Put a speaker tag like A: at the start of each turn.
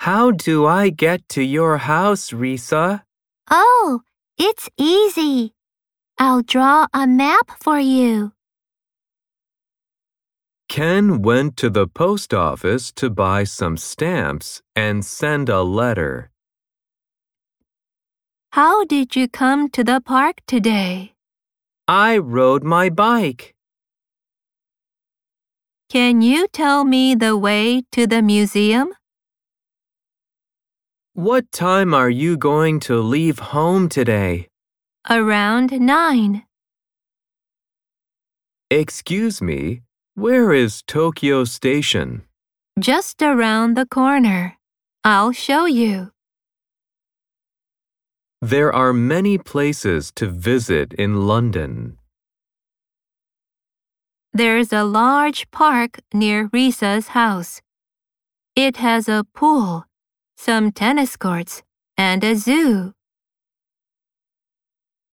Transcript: A: How do I get to your house, Risa?
B: Oh, it's easy. I'll draw a map for you.
A: Ken went to the post office to buy some stamps and send a letter.
B: How did you come to the park today?
A: I rode my bike.
B: Can you tell me the way to the museum?
A: What time are you going to leave home today?
B: Around nine.
A: Excuse me, where is Tokyo Station?
B: Just around the corner. I'll show you.
A: There are many places to visit in London.
B: There's a large park near Risa's house. It has a pool, some tennis courts, and a zoo.